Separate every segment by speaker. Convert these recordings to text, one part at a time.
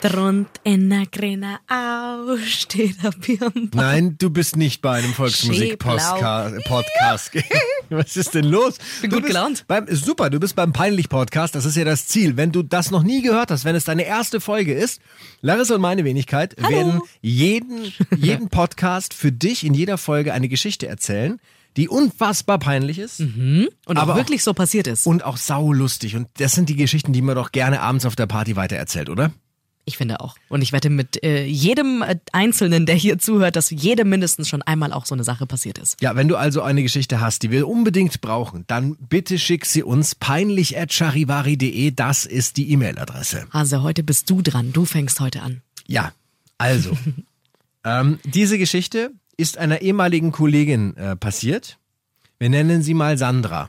Speaker 1: Drund in der Grüne Au steht der Birnbaum.
Speaker 2: Nein, du bist nicht bei einem Volksmusik-Podcast. Podcast. Was ist denn los?
Speaker 1: Bin
Speaker 2: du
Speaker 1: gut
Speaker 2: bist
Speaker 1: gelaunt.
Speaker 2: Beim, super, du bist beim Peinlich-Podcast. Das ist ja das Ziel. Wenn du das noch nie gehört hast, wenn es deine erste Folge ist, Larissa und meine Wenigkeit werden jeden, jeden Podcast für dich in jeder Folge eine Geschichte erzählen, die unfassbar peinlich ist
Speaker 1: Mhm. Und auch
Speaker 2: Aber-
Speaker 1: wirklich so passiert ist.
Speaker 2: und auch saulustig. Und das sind die Geschichten, die man doch gerne abends auf der Party weitererzählt, oder?
Speaker 1: ich finde auch. Und ich wette mit äh, jedem äh, Einzelnen, der hier zuhört, dass jedem mindestens schon einmal auch so eine Sache passiert ist.
Speaker 2: Ja, wenn du also eine Geschichte hast, die wir unbedingt brauchen, dann bitte schick sie uns peinlich.charivari.de, das ist die E-Mail-Adresse.
Speaker 1: Hase, heute bist du dran. Du fängst heute an.
Speaker 2: Ja, also, ähm, diese Geschichte ist einer ehemaligen Kollegin äh, passiert. Wir nennen sie mal Sandra.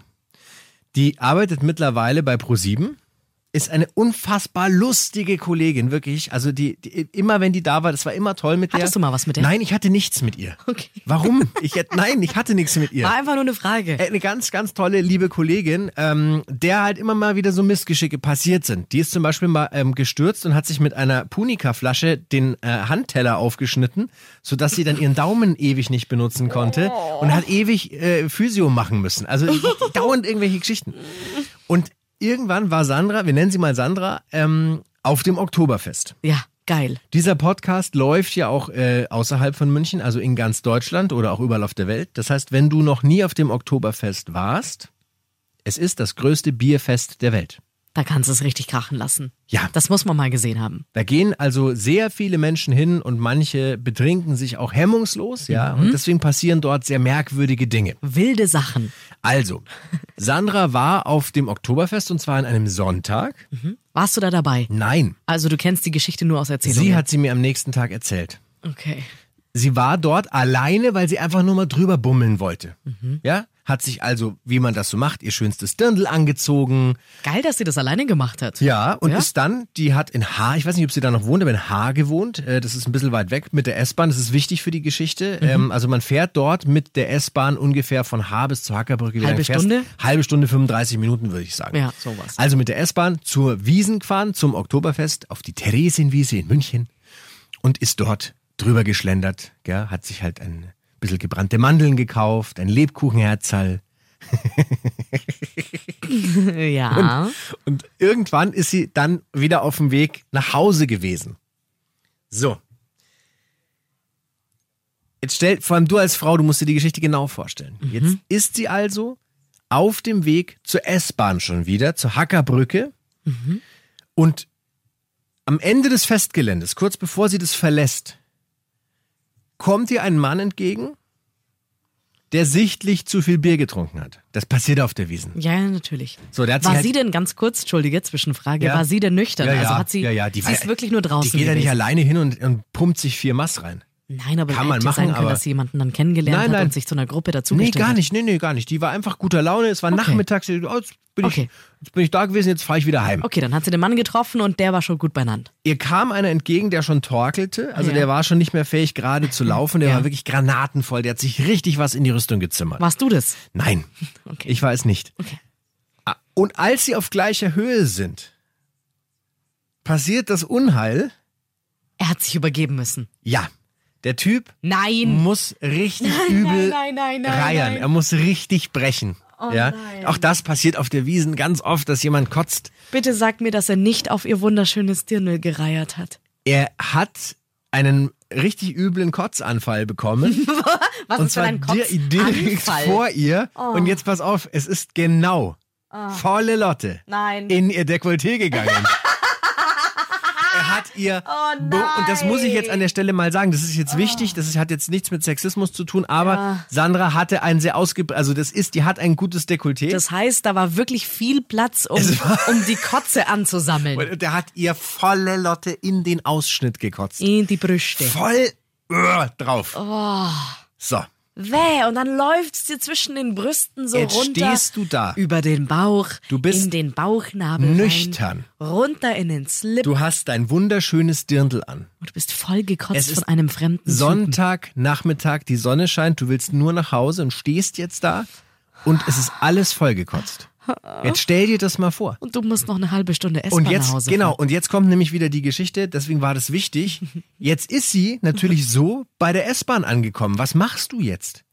Speaker 2: Die arbeitet mittlerweile bei ProSieben. Ist eine unfassbar lustige Kollegin, wirklich. Also, die, die immer wenn die da war, das war immer toll mit der.
Speaker 1: Hattest du mal was mit der?
Speaker 2: Nein, ich hatte nichts mit ihr.
Speaker 1: Okay.
Speaker 2: Warum? Ich, hätt- nein, ich hatte nichts mit ihr.
Speaker 1: War einfach nur eine Frage.
Speaker 2: Äh, Eine ganz, ganz tolle liebe Kollegin, ähm, der halt immer mal wieder so Missgeschicke passiert sind. Die ist zum Beispiel mal ähm, gestürzt und hat sich mit einer Punika-Flasche den äh, Handteller aufgeschnitten, sodass sie dann ihren Daumen ewig nicht benutzen konnte und hat ewig äh, Physio machen müssen. Also dauernd irgendwelche Geschichten. Und irgendwann war Sandra, wir nennen sie mal Sandra, ähm, auf dem Oktoberfest.
Speaker 1: Ja, geil.
Speaker 2: Dieser Podcast läuft ja auch äh, außerhalb von München, also in ganz Deutschland oder auch überall auf der Welt. Das heißt, wenn du noch nie auf dem Oktoberfest warst, es ist das größte Bierfest der Welt.
Speaker 1: Da kannst du es richtig krachen lassen.
Speaker 2: Ja.
Speaker 1: Das muss man mal gesehen haben.
Speaker 2: Da gehen also sehr viele Menschen hin und manche betrinken sich auch hemmungslos, ja, und deswegen passieren dort sehr merkwürdige Dinge.
Speaker 1: Wilde Sachen.
Speaker 2: Also, Sandra war auf dem Oktoberfest und zwar an einem Sonntag.
Speaker 1: Warst du da dabei?
Speaker 2: Nein,
Speaker 1: Also du kennst die Geschichte nur aus Erzählungen.
Speaker 2: sie hat sie mir am nächsten Tag erzählt.
Speaker 1: Okay.
Speaker 2: Sie war dort alleine, weil sie einfach nur mal drüber bummeln wollte. Ja? Hat sich also, wie man das so macht, ihr schönstes Dirndl angezogen.
Speaker 1: Geil, dass sie das alleine gemacht hat.
Speaker 2: Ja, und
Speaker 1: Ja?
Speaker 2: ist dann, die hat in Haar, ich weiß nicht, ob sie da noch wohnt, aber in Haar gewohnt. Äh, Das ist ein bisschen weit weg mit der S-Bahn. Das ist wichtig für die Geschichte.
Speaker 1: Mhm.
Speaker 2: Ähm, Also man fährt dort mit der S-Bahn ungefähr von Haar bis zur Hackerbrücke. Wie
Speaker 1: Halbe
Speaker 2: lange fährst du?
Speaker 1: Stunde?
Speaker 2: Halbe Stunde, 35 Minuten, würde ich sagen.
Speaker 1: Ja, sowas.
Speaker 2: Also mit der S-Bahn zur Wiesen gefahren, zum Oktoberfest, auf die Theresienwiese in München und ist dort drüber geschlendert. Gell? Hat sich halt ein bisschen gebrannte Mandeln gekauft, ein Lebkuchenherzal.
Speaker 1: Ja.
Speaker 2: Und irgendwann ist sie dann wieder auf dem Weg nach Hause gewesen. So. Jetzt stell, vor allem du als Frau, du musst dir die Geschichte genau vorstellen. Jetzt ist sie also auf dem Weg zur S-Bahn schon wieder, zur Hackerbrücke. Und am Ende des Festgeländes, kurz bevor sie das verlässt, kommt ihr ein Mann entgegen, der sichtlich zu viel Bier getrunken hat. Das passiert auf der Wiesen.
Speaker 1: Ja, ja, natürlich.
Speaker 2: So, der hat
Speaker 1: war
Speaker 2: sie halt
Speaker 1: sie denn ganz kurz, entschuldige Zwischenfrage,
Speaker 2: Ja.
Speaker 1: war sie denn nüchtern?
Speaker 2: Ja, ja,
Speaker 1: also hat sie,
Speaker 2: ja, ja, die
Speaker 1: sie
Speaker 2: war-
Speaker 1: ist wirklich nur draußen
Speaker 2: Die geht ja nicht
Speaker 1: gewesen.
Speaker 2: alleine hin und, und pumpt sich vier Mass rein.
Speaker 1: Nein, aber
Speaker 2: Kann
Speaker 1: hätte
Speaker 2: man
Speaker 1: ja
Speaker 2: machen,
Speaker 1: sein können,
Speaker 2: aber-
Speaker 1: dass sie jemanden dann kennengelernt
Speaker 2: Nein,
Speaker 1: hat
Speaker 2: nein.
Speaker 1: und sich zu einer Gruppe
Speaker 2: Nee,
Speaker 1: dazugestellt
Speaker 2: gar
Speaker 1: hat.
Speaker 2: nicht, nee, nee, gar nicht. Die war einfach guter Laune, es war nachmittags, sie, oh, jetzt, bin
Speaker 1: Okay.
Speaker 2: ich, jetzt bin ich da gewesen, jetzt fahre ich wieder heim.
Speaker 1: Okay, dann hat sie den Mann getroffen und der war schon gut beieinander.
Speaker 2: Ihr kam einer entgegen, der schon torkelte, also
Speaker 1: Ja.
Speaker 2: der war schon nicht mehr fähig gerade zu laufen, der
Speaker 1: Ja.
Speaker 2: war wirklich granatenvoll, der hat sich richtig was in die Rüstung gezimmert.
Speaker 1: Warst du das?
Speaker 2: Nein,
Speaker 1: Okay.
Speaker 2: ich war es nicht.
Speaker 1: Okay.
Speaker 2: Ah, Und als sie auf gleicher Höhe sind, passiert das Unheil,
Speaker 1: Er hat sich übergeben müssen.
Speaker 2: ja, der Typ
Speaker 1: Nein!
Speaker 2: muss richtig übel
Speaker 1: nein, nein, nein, Oh
Speaker 2: reiern.
Speaker 1: nein.
Speaker 2: Er muss richtig brechen. ja? Auch das passiert auf der Wiesen ganz oft, dass jemand kotzt.
Speaker 1: Bitte sag mir, dass er nicht auf ihr wunderschönes Dirndl gereiert hat.
Speaker 2: Er hat einen richtig üblen Kotzanfall bekommen.
Speaker 1: Was
Speaker 2: und
Speaker 1: ist für
Speaker 2: zwar
Speaker 1: ein
Speaker 2: dir- direkt
Speaker 1: Kotzanfall? Oh.
Speaker 2: vor ihr. Und jetzt pass auf, es ist genau
Speaker 1: Ah.
Speaker 2: volle Lotte
Speaker 1: Nein.
Speaker 2: in ihr Dekolleté gegangen. Er hat ihr,
Speaker 1: Oh
Speaker 2: Bo- und das muss ich jetzt an der Stelle mal sagen, das ist jetzt wichtig, das ist, hat jetzt nichts mit Sexismus zu tun, aber Sandra hatte ein sehr ausge, also das ist, die hat ein gutes Dekolleté.
Speaker 1: Das heißt, da war wirklich viel Platz, um, um die Kotze anzusammeln.
Speaker 2: Und der hat ihr volle Lotte in den Ausschnitt gekotzt.
Speaker 1: In die Brüste.
Speaker 2: Voll äh, drauf.
Speaker 1: Oh.
Speaker 2: So,
Speaker 1: Wäh, und dann läuft's dir zwischen den Brüsten so
Speaker 2: jetzt
Speaker 1: runter.
Speaker 2: stehst du da.
Speaker 1: über den Bauch,
Speaker 2: Du bist
Speaker 1: in den Bauchnabel
Speaker 2: nüchtern.
Speaker 1: rein, runter in den Slip
Speaker 2: Du hast dein wunderschönes Dirndl an.
Speaker 1: und du bist voll gekotzt
Speaker 2: Es ist
Speaker 1: von einem fremden Typen.
Speaker 2: Sonntag, Nachmittag, die Sonne scheint, du willst nur nach Hause und stehst jetzt da und es ist alles vollgekotzt. Jetzt stell dir das mal vor.
Speaker 1: und du musst noch eine halbe Stunde essen
Speaker 2: Und
Speaker 1: nach
Speaker 2: jetzt,
Speaker 1: Hause
Speaker 2: genau,
Speaker 1: fahren.
Speaker 2: und jetzt kommt nämlich wieder die Geschichte, deswegen war das wichtig. Jetzt ist sie natürlich so bei der S-Bahn angekommen. Was machst du jetzt?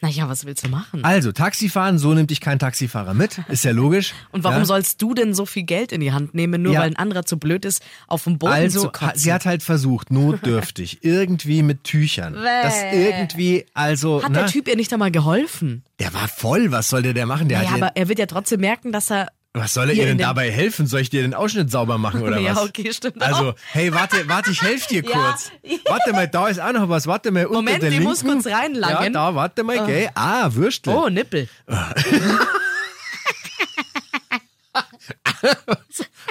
Speaker 1: Naja, was willst du machen?
Speaker 2: Also, Taxifahren, so nimmt dich kein Taxifahrer mit, ist ja logisch.
Speaker 1: Und warum
Speaker 2: ja?
Speaker 1: sollst du denn so viel Geld in die Hand nehmen, nur
Speaker 2: Ja.
Speaker 1: weil ein anderer zu blöd ist, auf dem Boden zu
Speaker 2: also, ha-
Speaker 1: kotzen?
Speaker 2: sie hat halt versucht, notdürftig, irgendwie mit Tüchern. Das irgendwie, also,
Speaker 1: Hat
Speaker 2: ne?
Speaker 1: der Typ ihr nicht einmal geholfen?
Speaker 2: der war voll, was soll der der machen? Der
Speaker 1: Ja,
Speaker 2: hat ihr-
Speaker 1: aber er wird ja trotzdem merken, dass er
Speaker 2: Was soll er
Speaker 1: Ihr
Speaker 2: ihr denn
Speaker 1: in den-
Speaker 2: dabei helfen? Soll ich dir den Ausschnitt sauber machen oder
Speaker 1: Ja,
Speaker 2: was?
Speaker 1: okay, stimmt
Speaker 2: Also,
Speaker 1: auch.
Speaker 2: hey, warte, warte, ich helfe dir
Speaker 1: Ja.
Speaker 2: kurz. Warte mal, da ist auch noch was. Warte mal, unter
Speaker 1: Moment,
Speaker 2: der
Speaker 1: die
Speaker 2: linken.
Speaker 1: muss kurz reinlangen.
Speaker 2: Ja, da, warte mal, gell. Ah, Würstel.
Speaker 1: Oh, Nippel.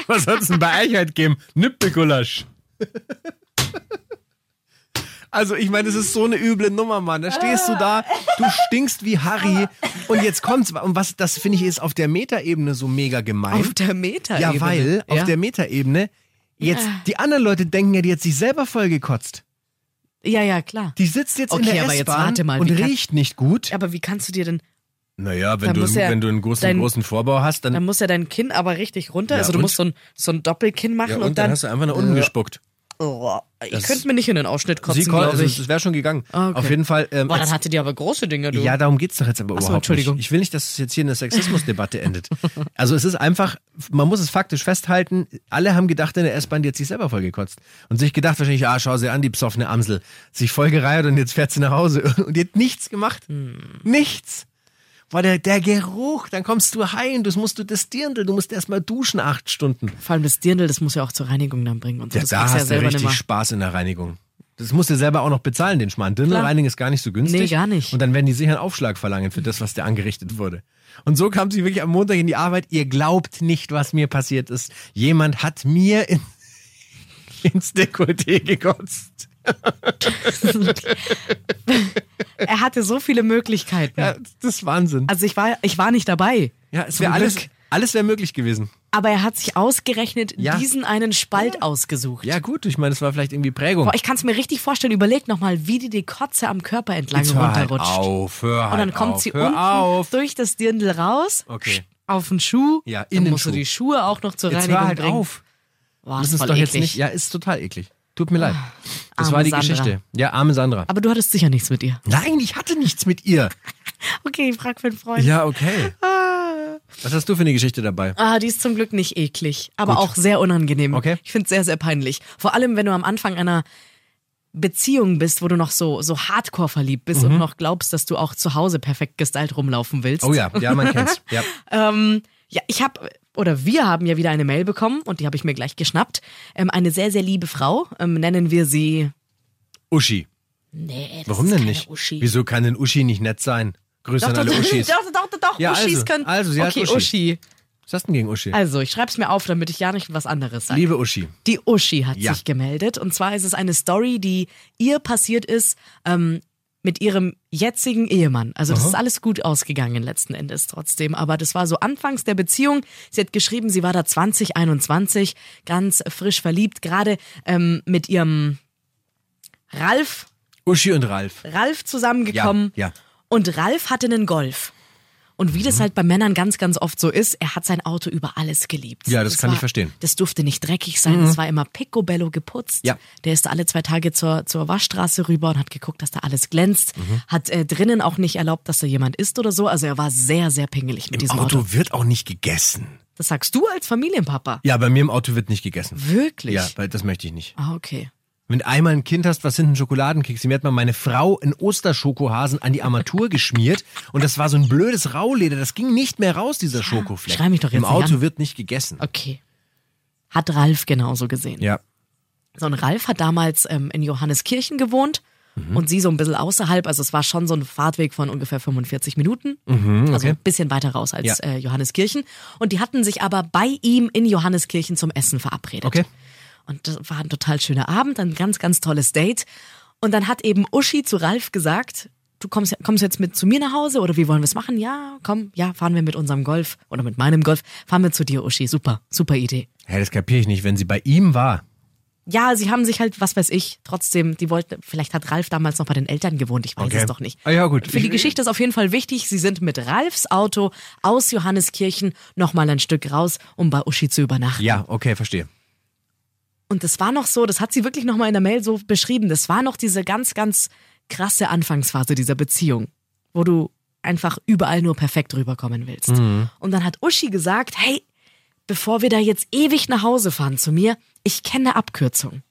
Speaker 2: Was hat's denn bei euch halt gegeben? Nippelgulasch. Also, ich meine, das ist so eine üble Nummer, Mann. Da stehst du da, du stinkst wie Harry und jetzt kommt's. Und was, das finde ich, ist auf der Metaebene so mega gemein.
Speaker 1: Auf der Meter.
Speaker 2: Ja, weil auf
Speaker 1: ja.
Speaker 2: der Metaebene jetzt die anderen Leute denken ja, die hat sich selber vollgekotzt.
Speaker 1: Ja, ja, klar.
Speaker 2: Die sitzt jetzt in
Speaker 1: Okay,
Speaker 2: der
Speaker 1: aber jetzt
Speaker 2: S-Bahn
Speaker 1: warte mal,
Speaker 2: und
Speaker 1: wie kann-
Speaker 2: riecht nicht gut.
Speaker 1: Aber wie kannst du dir denn
Speaker 2: Naja,
Speaker 1: Dann muss ja dein-
Speaker 2: Vorbau hast,
Speaker 1: Dann muss ja dein Kinn aber richtig runter.
Speaker 2: Ja,
Speaker 1: also du
Speaker 2: und?
Speaker 1: musst so ein, so ein Doppelkinn machen
Speaker 2: ja,
Speaker 1: und, dann. Äh,
Speaker 2: hast du einfach nach unten gespuckt.
Speaker 1: oh, ich
Speaker 2: Das-
Speaker 1: könnte mir nicht in den Ausschnitt kotzen,
Speaker 2: Sie kon- also,
Speaker 1: glaube ich.
Speaker 2: es wäre schon gegangen.
Speaker 1: Ah, okay.
Speaker 2: Auf jeden Fall. Ähm,
Speaker 1: Boah, dann
Speaker 2: jetzt-
Speaker 1: hatte die aber große Dinger, du.
Speaker 2: ja, darum geht's doch jetzt aber
Speaker 1: Ach so,
Speaker 2: überhaupt
Speaker 1: Entschuldigung.
Speaker 2: nicht. Ich will nicht, dass es jetzt hier eine Sexismusdebatte endet. Also es ist einfach, man muss es faktisch festhalten, alle haben gedacht in der S-Bahn, die hat sich selber vollgekotzt. Und sich gedacht wahrscheinlich, ah, schau sie an, die psoffene Amsel. Sich vollgereiht und jetzt fährt sie nach Hause. Und die hat nichts gemacht.
Speaker 1: Hm.
Speaker 2: Nichts. War der, der Geruch, dann kommst du heim, das musst du das Dirndl, du musst erstmal duschen acht Stunden.
Speaker 1: Vor allem das Dirndl, das muss ja auch zur Reinigung dann bringen. Und so.
Speaker 2: Ja,
Speaker 1: das
Speaker 2: da
Speaker 1: kriegst
Speaker 2: hast
Speaker 1: ja
Speaker 2: du
Speaker 1: selber
Speaker 2: richtig
Speaker 1: nimmer.
Speaker 2: Spaß in der Reinigung. Das musst du selber auch noch bezahlen, den Schmarrn. Dirndl-Reinigen ist gar nicht so günstig.
Speaker 1: Nee, gar nicht.
Speaker 2: Und dann werden die sicher einen Aufschlag verlangen für das, was dir angerichtet wurde. Und so kam sie wirklich am Montag in die Arbeit. Ihr glaubt nicht, was mir passiert ist. Jemand hat mir in, ins Dekolleté gekotzt.
Speaker 1: Er hatte so viele Möglichkeiten.
Speaker 2: Ja, das ist Wahnsinn.
Speaker 1: Also ich war, ich war nicht dabei.
Speaker 2: Ja, es
Speaker 1: Zum
Speaker 2: wäre alles,
Speaker 1: Glück.
Speaker 2: alles wäre möglich gewesen.
Speaker 1: Aber er hat sich ausgerechnet
Speaker 2: Ja.
Speaker 1: diesen einen Spalt ausgesucht.
Speaker 2: Ja, gut, ich meine, das war vielleicht irgendwie Prägung.
Speaker 1: Boah, ich kann es mir richtig vorstellen. Überleg nochmal, wie die die Kotze am Körper entlang
Speaker 2: Jetzt hör halt
Speaker 1: runterrutscht.
Speaker 2: auf, hör halt
Speaker 1: und dann kommt
Speaker 2: auf,
Speaker 1: sie
Speaker 2: hör
Speaker 1: unten
Speaker 2: auf.
Speaker 1: durch das Dirndl raus,
Speaker 2: Okay.
Speaker 1: auf den Schuh.
Speaker 2: Ja, in
Speaker 1: dann
Speaker 2: den
Speaker 1: musst du
Speaker 2: Schuh.
Speaker 1: die Schuhe auch noch zur
Speaker 2: Jetzt
Speaker 1: Reinigung
Speaker 2: hör halt
Speaker 1: bringen.
Speaker 2: auf.
Speaker 1: Boah,
Speaker 2: Das
Speaker 1: ist
Speaker 2: ist
Speaker 1: voll
Speaker 2: doch jetzt
Speaker 1: eklig. Ah,
Speaker 2: nicht. Ja, ist total eklig. Tut mir leid. Das
Speaker 1: arme
Speaker 2: war die
Speaker 1: Sandra.
Speaker 2: Geschichte. Ja, arme Sandra.
Speaker 1: Aber du hattest sicher nichts mit ihr.
Speaker 2: Nein, ich hatte nichts mit ihr.
Speaker 1: Okay, ich frag für einen Freund.
Speaker 2: Ja, okay. Was hast du für eine Geschichte dabei?
Speaker 1: Ah, die ist zum Glück nicht eklig, aber auch sehr unangenehm.
Speaker 2: Okay.
Speaker 1: Ich finde es sehr, sehr peinlich. Vor allem, wenn du am Anfang einer Beziehung bist, wo du noch so, so hardcore verliebt bist und noch glaubst, dass du auch zu Hause perfekt gestylt rumlaufen willst.
Speaker 2: Mhm. Oh ja, ja, man kennt's. Ja.
Speaker 1: Ähm, ja, ich habe oder wir haben ja wieder eine Mail bekommen und die habe ich mir gleich geschnappt. Ähm, eine sehr, sehr liebe Frau, ähm, nennen wir sie.
Speaker 2: Uschi.
Speaker 1: Nee, das
Speaker 2: Warum
Speaker 1: ist
Speaker 2: denn
Speaker 1: keine
Speaker 2: nicht?
Speaker 1: Uschi.
Speaker 2: Wieso kann denn Uschi nicht nett sein? Grüße
Speaker 1: Doch,
Speaker 2: an
Speaker 1: doch,
Speaker 2: alle
Speaker 1: doch,
Speaker 2: Uschis.
Speaker 1: doch, doch, doch, doch,
Speaker 2: Ja,
Speaker 1: Uschis
Speaker 2: also,
Speaker 1: können.
Speaker 2: also, sie heißt
Speaker 1: okay,
Speaker 2: Uschi.
Speaker 1: Uschi.
Speaker 2: Was hast du denn gegen Uschi?
Speaker 1: Also, ich schreib's mir auf, damit ich ja nicht was anderes sage.
Speaker 2: Liebe Uschi.
Speaker 1: Die Uschi hat
Speaker 2: Ja.
Speaker 1: sich gemeldet und zwar ist es eine Story, die ihr passiert ist ähm, mit ihrem jetzigen Ehemann. Also das ist alles gut ausgegangen letzten Endes trotzdem, aber das war so anfangs der Beziehung. Sie hat geschrieben, sie war da 2021, ganz frisch verliebt, gerade ähm, mit ihrem Ralf,
Speaker 2: Uschi und Ralf.
Speaker 1: Ralf
Speaker 2: Ja,
Speaker 1: zusammengekommen.
Speaker 2: ja. Mhm.
Speaker 1: Und Ralf hatte einen Golf. Und wie das halt bei Männern ganz, ganz oft so ist, er hat sein Auto über alles geliebt.
Speaker 2: Ja, das kann
Speaker 1: war,
Speaker 2: ich verstehen. Mhm.
Speaker 1: Das durfte nicht dreckig sein, es war immer picobello geputzt.
Speaker 2: Ja.
Speaker 1: Der ist da alle zwei Tage zur, zur Waschstraße rüber und hat geguckt, dass da alles glänzt.
Speaker 2: Mhm.
Speaker 1: Hat äh, drinnen auch nicht erlaubt, dass da jemand ist oder so. Also er war sehr, sehr pingelig mit diesem Auto.
Speaker 2: wird auch nicht gegessen.
Speaker 1: Das sagst du als Familienpapa.
Speaker 2: Ja, bei mir im Auto wird nicht gegessen.
Speaker 1: Wirklich?
Speaker 2: Ja, weil das möchte ich nicht.
Speaker 1: Ah, okay.
Speaker 2: Wenn du einmal ein Kind hast, was hinten Schokoladen kriegst, mir hat mal meine Frau einen Osterschokohasen an die Armatur geschmiert und das war so ein blödes Rauleder, das ging nicht mehr raus, dieser Schokofleck.
Speaker 1: Ah, schrei mich doch jetzt
Speaker 2: Im
Speaker 1: nicht
Speaker 2: Auto
Speaker 1: an.
Speaker 2: wird nicht gegessen.
Speaker 1: Okay. Hat Ralf genauso gesehen.
Speaker 2: Ja.
Speaker 1: So ein Ralf hat damals ähm, in Johanneskirchen gewohnt
Speaker 2: Mhm.
Speaker 1: und sie so ein bisschen außerhalb. Also es war schon so ein Fahrtweg von ungefähr 45 Minuten. Also ein bisschen weiter raus als
Speaker 2: Mhm, Ja.
Speaker 1: äh, Johanneskirchen. Und die hatten sich aber bei ihm in Johanneskirchen zum Essen verabredet.
Speaker 2: Okay.
Speaker 1: Und das war ein total schöner Abend, ein ganz, ganz tolles Date. Und dann hat eben Uschi zu Ralf gesagt, du kommst, kommst jetzt mit zu mir nach Hause oder wie wollen wir es machen? Ja, komm, ja, fahren wir mit unserem Golf oder mit meinem Golf, fahren wir zu dir, Uschi. Super, super Idee.
Speaker 2: Hä, das kapiere ich nicht, wenn sie bei ihm war.
Speaker 1: Ja, sie haben sich halt, was weiß ich, trotzdem, die wollten, vielleicht hat Ralf damals noch bei den Eltern gewohnt, ich weiß
Speaker 2: Okay.
Speaker 1: es doch nicht.
Speaker 2: Ah ja, gut.
Speaker 1: Für die
Speaker 2: Ich-
Speaker 1: Geschichte ist auf jeden Fall wichtig, sie sind mit Ralfs Auto aus Johanneskirchen nochmal ein Stück raus, um bei Uschi zu übernachten.
Speaker 2: Ja, okay, verstehe.
Speaker 1: Und das war noch so, das hat sie wirklich nochmal in der Mail so beschrieben, das war noch diese ganz, ganz krasse Anfangsphase dieser Beziehung, wo du einfach überall nur perfekt rüberkommen willst. Und dann hat Uschi gesagt, hey, bevor wir da jetzt ewig nach Hause fahren zu mir, ich kenne eine Abkürzung.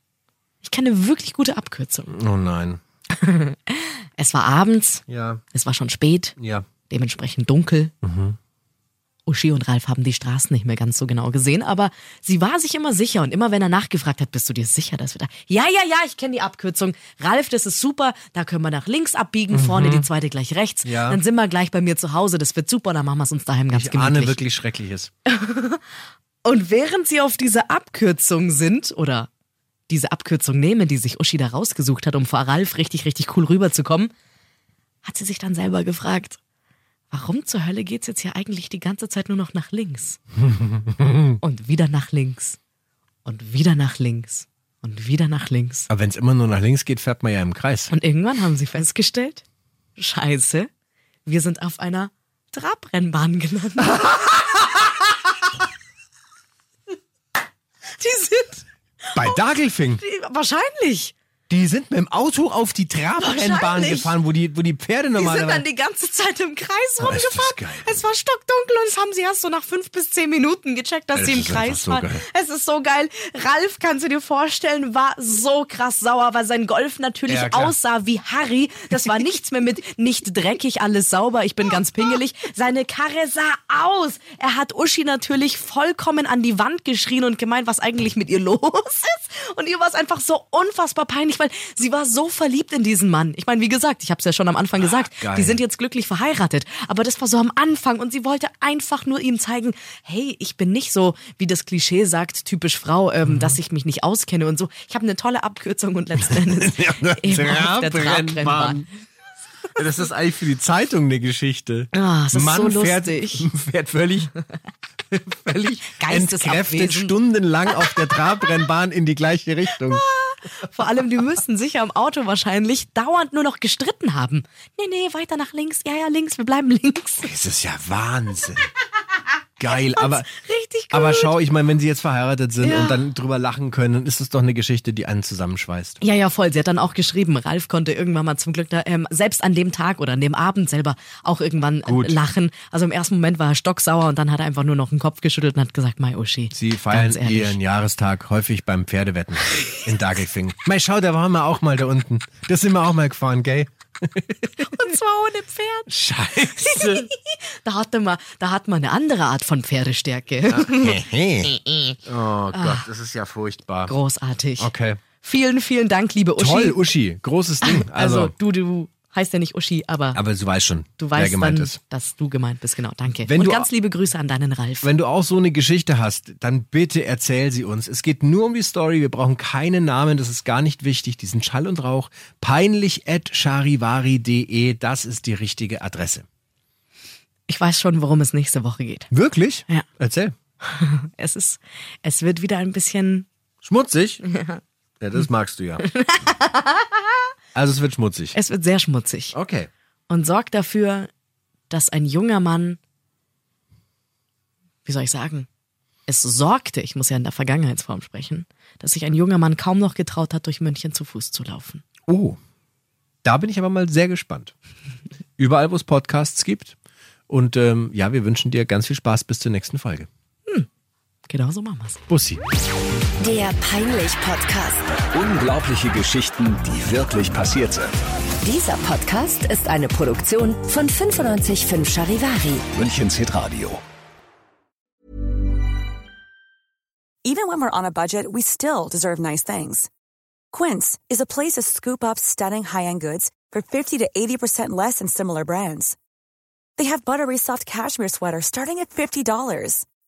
Speaker 1: Ich kenne eine wirklich gute Abkürzung.
Speaker 2: Oh nein.
Speaker 1: Es war abends,
Speaker 2: Ja,
Speaker 1: es war schon spät,
Speaker 2: ja.
Speaker 1: dementsprechend dunkel.
Speaker 2: Mhm.
Speaker 1: Uschi und Ralf haben die Straßen nicht mehr ganz so genau gesehen, aber sie war sich immer sicher und immer wenn er nachgefragt hat, bist du dir sicher, dass wir da. Ja, ja, ja, ich kenne die Abkürzung. Ralf, das ist super, da können wir nach links abbiegen, vorne die zweite gleich rechts.
Speaker 2: Mhm. Ja.
Speaker 1: Dann sind wir gleich bei mir zu Hause, das wird super, dann machen wir es uns daheim ganz
Speaker 2: Ich
Speaker 1: gemütlich.
Speaker 2: ahne wirklich Schreckliches.
Speaker 1: Und während sie auf diese Abkürzung sind oder diese Abkürzung nehmen, die sich Uschi da rausgesucht hat, um vor Ralf richtig, richtig cool rüberzukommen, hat sie sich dann selber gefragt, warum zur Hölle geht's jetzt hier eigentlich die ganze Zeit nur noch nach links? Und wieder nach links. Und wieder nach links. Und wieder nach links.
Speaker 2: Aber wenn es immer nur nach links geht, fährt man ja im Kreis.
Speaker 1: Und irgendwann haben sie festgestellt, scheiße, wir sind auf einer Trabrennbahn gelandet. die sind
Speaker 2: Bei Dagelfing.
Speaker 1: die, wahrscheinlich.
Speaker 2: Die sind mit dem Auto auf die Trabrennbahn
Speaker 1: Wahrscheinlich.
Speaker 2: gefahren, wo die, wo die Pferde
Speaker 1: Die sind
Speaker 2: normalerweise.
Speaker 1: dann die ganze Zeit im Kreis
Speaker 2: Ah, ist das geil.
Speaker 1: rumgefahren. Es war stockdunkel und es haben sie erst so nach fünf bis zehn Minuten gecheckt, dass
Speaker 2: Es
Speaker 1: sie im
Speaker 2: ist einfach
Speaker 1: Kreis
Speaker 2: so
Speaker 1: fahren.
Speaker 2: geil.
Speaker 1: Es ist so geil. Ralf, kannst du dir vorstellen, war so krass sauer, weil sein Golf natürlich
Speaker 2: Ja, klar.
Speaker 1: aussah wie Harry. Das war nichts mehr mit nicht dreckig, alles sauber, ich bin ganz pingelig. Seine Karre sah aus. Er hat Uschi natürlich vollkommen an die Wand geschrien und gemeint, was eigentlich mit ihr los ist. Und ihr war es einfach so unfassbar peinlich, weil sie war so verliebt in diesen Mann. Ich meine, wie gesagt, ich habe es ja schon am Anfang gesagt,
Speaker 2: geil.
Speaker 1: die sind jetzt glücklich verheiratet. Aber das war so am Anfang und sie wollte einfach nur ihm zeigen, hey, ich bin nicht so, wie das Klischee sagt, typisch Frau, ähm, dass ich mich nicht auskenne und so. Ich habe eine tolle Abkürzung und letzten Endes eben auf der Trabrennbahn.
Speaker 2: Das ist eigentlich für die Zeitung eine Geschichte.
Speaker 1: Ah, es ist
Speaker 2: Mann
Speaker 1: so
Speaker 2: fährt,
Speaker 1: lustig.
Speaker 2: fährt völlig, völlig
Speaker 1: Geistesabwesend.
Speaker 2: entkräftet stundenlang auf der Trabrennbahn in die gleiche Richtung.
Speaker 1: Vor allem, die müssten sich am Auto wahrscheinlich dauernd nur noch gestritten haben. Nee, nee, weiter nach links. Ja, ja, links, wir bleiben links.
Speaker 2: Das ist ja Wahnsinn. Geil, aber,
Speaker 1: richtig gut.
Speaker 2: aber schau, ich meine, wenn sie jetzt verheiratet sind
Speaker 1: Ja.
Speaker 2: und dann drüber lachen können, dann ist es doch eine Geschichte, die einen zusammenschweißt.
Speaker 1: Ja, ja, voll. Sie hat dann auch geschrieben, Ralf konnte irgendwann mal zum Glück da, ähm, selbst an dem Tag oder an dem Abend selber auch irgendwann äh, lachen. Also im ersten Moment war er stocksauer und dann hat er einfach nur noch den Kopf geschüttelt und hat gesagt, Mai Uschi.
Speaker 2: Sie feiern
Speaker 1: ganz ehrlich.
Speaker 2: ihren Jahrestag häufig beim Pferdewetten in Dagelfing. Mei, schau, da waren wir auch mal da unten. Das sind wir auch mal gefahren, gell?
Speaker 1: Und zwar ohne Pferd.
Speaker 2: Scheiße.
Speaker 1: Da hatte man, da hat man eine andere Art von Pferdestärke. Äh,
Speaker 2: oh Gott,
Speaker 1: Ah.
Speaker 2: das ist ja furchtbar.
Speaker 1: Großartig.
Speaker 2: Okay.
Speaker 1: Vielen, vielen Dank, liebe Uschi.
Speaker 2: Toll, Uschi. Großes Ding. Also,
Speaker 1: Also, du, du heißt ja nicht Uschi, aber
Speaker 2: aber du weißt schon,
Speaker 1: du
Speaker 2: wer
Speaker 1: weißt
Speaker 2: gemeint
Speaker 1: dann,
Speaker 2: ist.
Speaker 1: dass du gemeint bist. Genau, danke.
Speaker 2: Wenn
Speaker 1: und
Speaker 2: du-
Speaker 1: ganz liebe Grüße an deinen Ralf.
Speaker 2: Wenn du auch so eine Geschichte hast, dann bitte erzähl sie uns. Es geht nur um die Story. Wir brauchen keinen Namen. Das ist gar nicht wichtig. Die sind Schall und Rauch. Peinlich at charivari.de. Das ist die richtige Adresse.
Speaker 1: Ich weiß schon, worum es nächste Woche geht.
Speaker 2: Wirklich?
Speaker 1: Ja.
Speaker 2: Erzähl.
Speaker 1: Es ist, es wird wieder ein bisschen
Speaker 2: Schmutzig? Ja. ja das magst du ja. also es wird schmutzig.
Speaker 1: Es wird sehr schmutzig
Speaker 2: Okay.
Speaker 1: und sorgt dafür, dass ein junger Mann, wie soll ich sagen, es sorgte, ich muss ja in der Vergangenheitsform sprechen, dass sich ein junger Mann kaum noch getraut hat, durch München zu Fuß zu laufen.
Speaker 2: Oh. Da bin ich aber mal sehr gespannt. Überall, wo es Podcasts gibt. Und ähm, ja, wir wünschen dir ganz viel Spaß bis zur nächsten Folge.
Speaker 1: Genauso machen wir's.
Speaker 2: Bussi.
Speaker 3: Der Peinlich-Podcast.
Speaker 4: Unglaubliche Geschichten, die wirklich passiert sind.
Speaker 3: Dieser Podcast ist eine Produktion von 955 Charivari.
Speaker 4: Münchens Hitradio.
Speaker 5: Even when we're on a budget, we still deserve nice things. Quince is a place to scoop up stunning high-end goods for 50 to 80% less than similar brands. They have buttery soft cashmere sweaters starting at $50,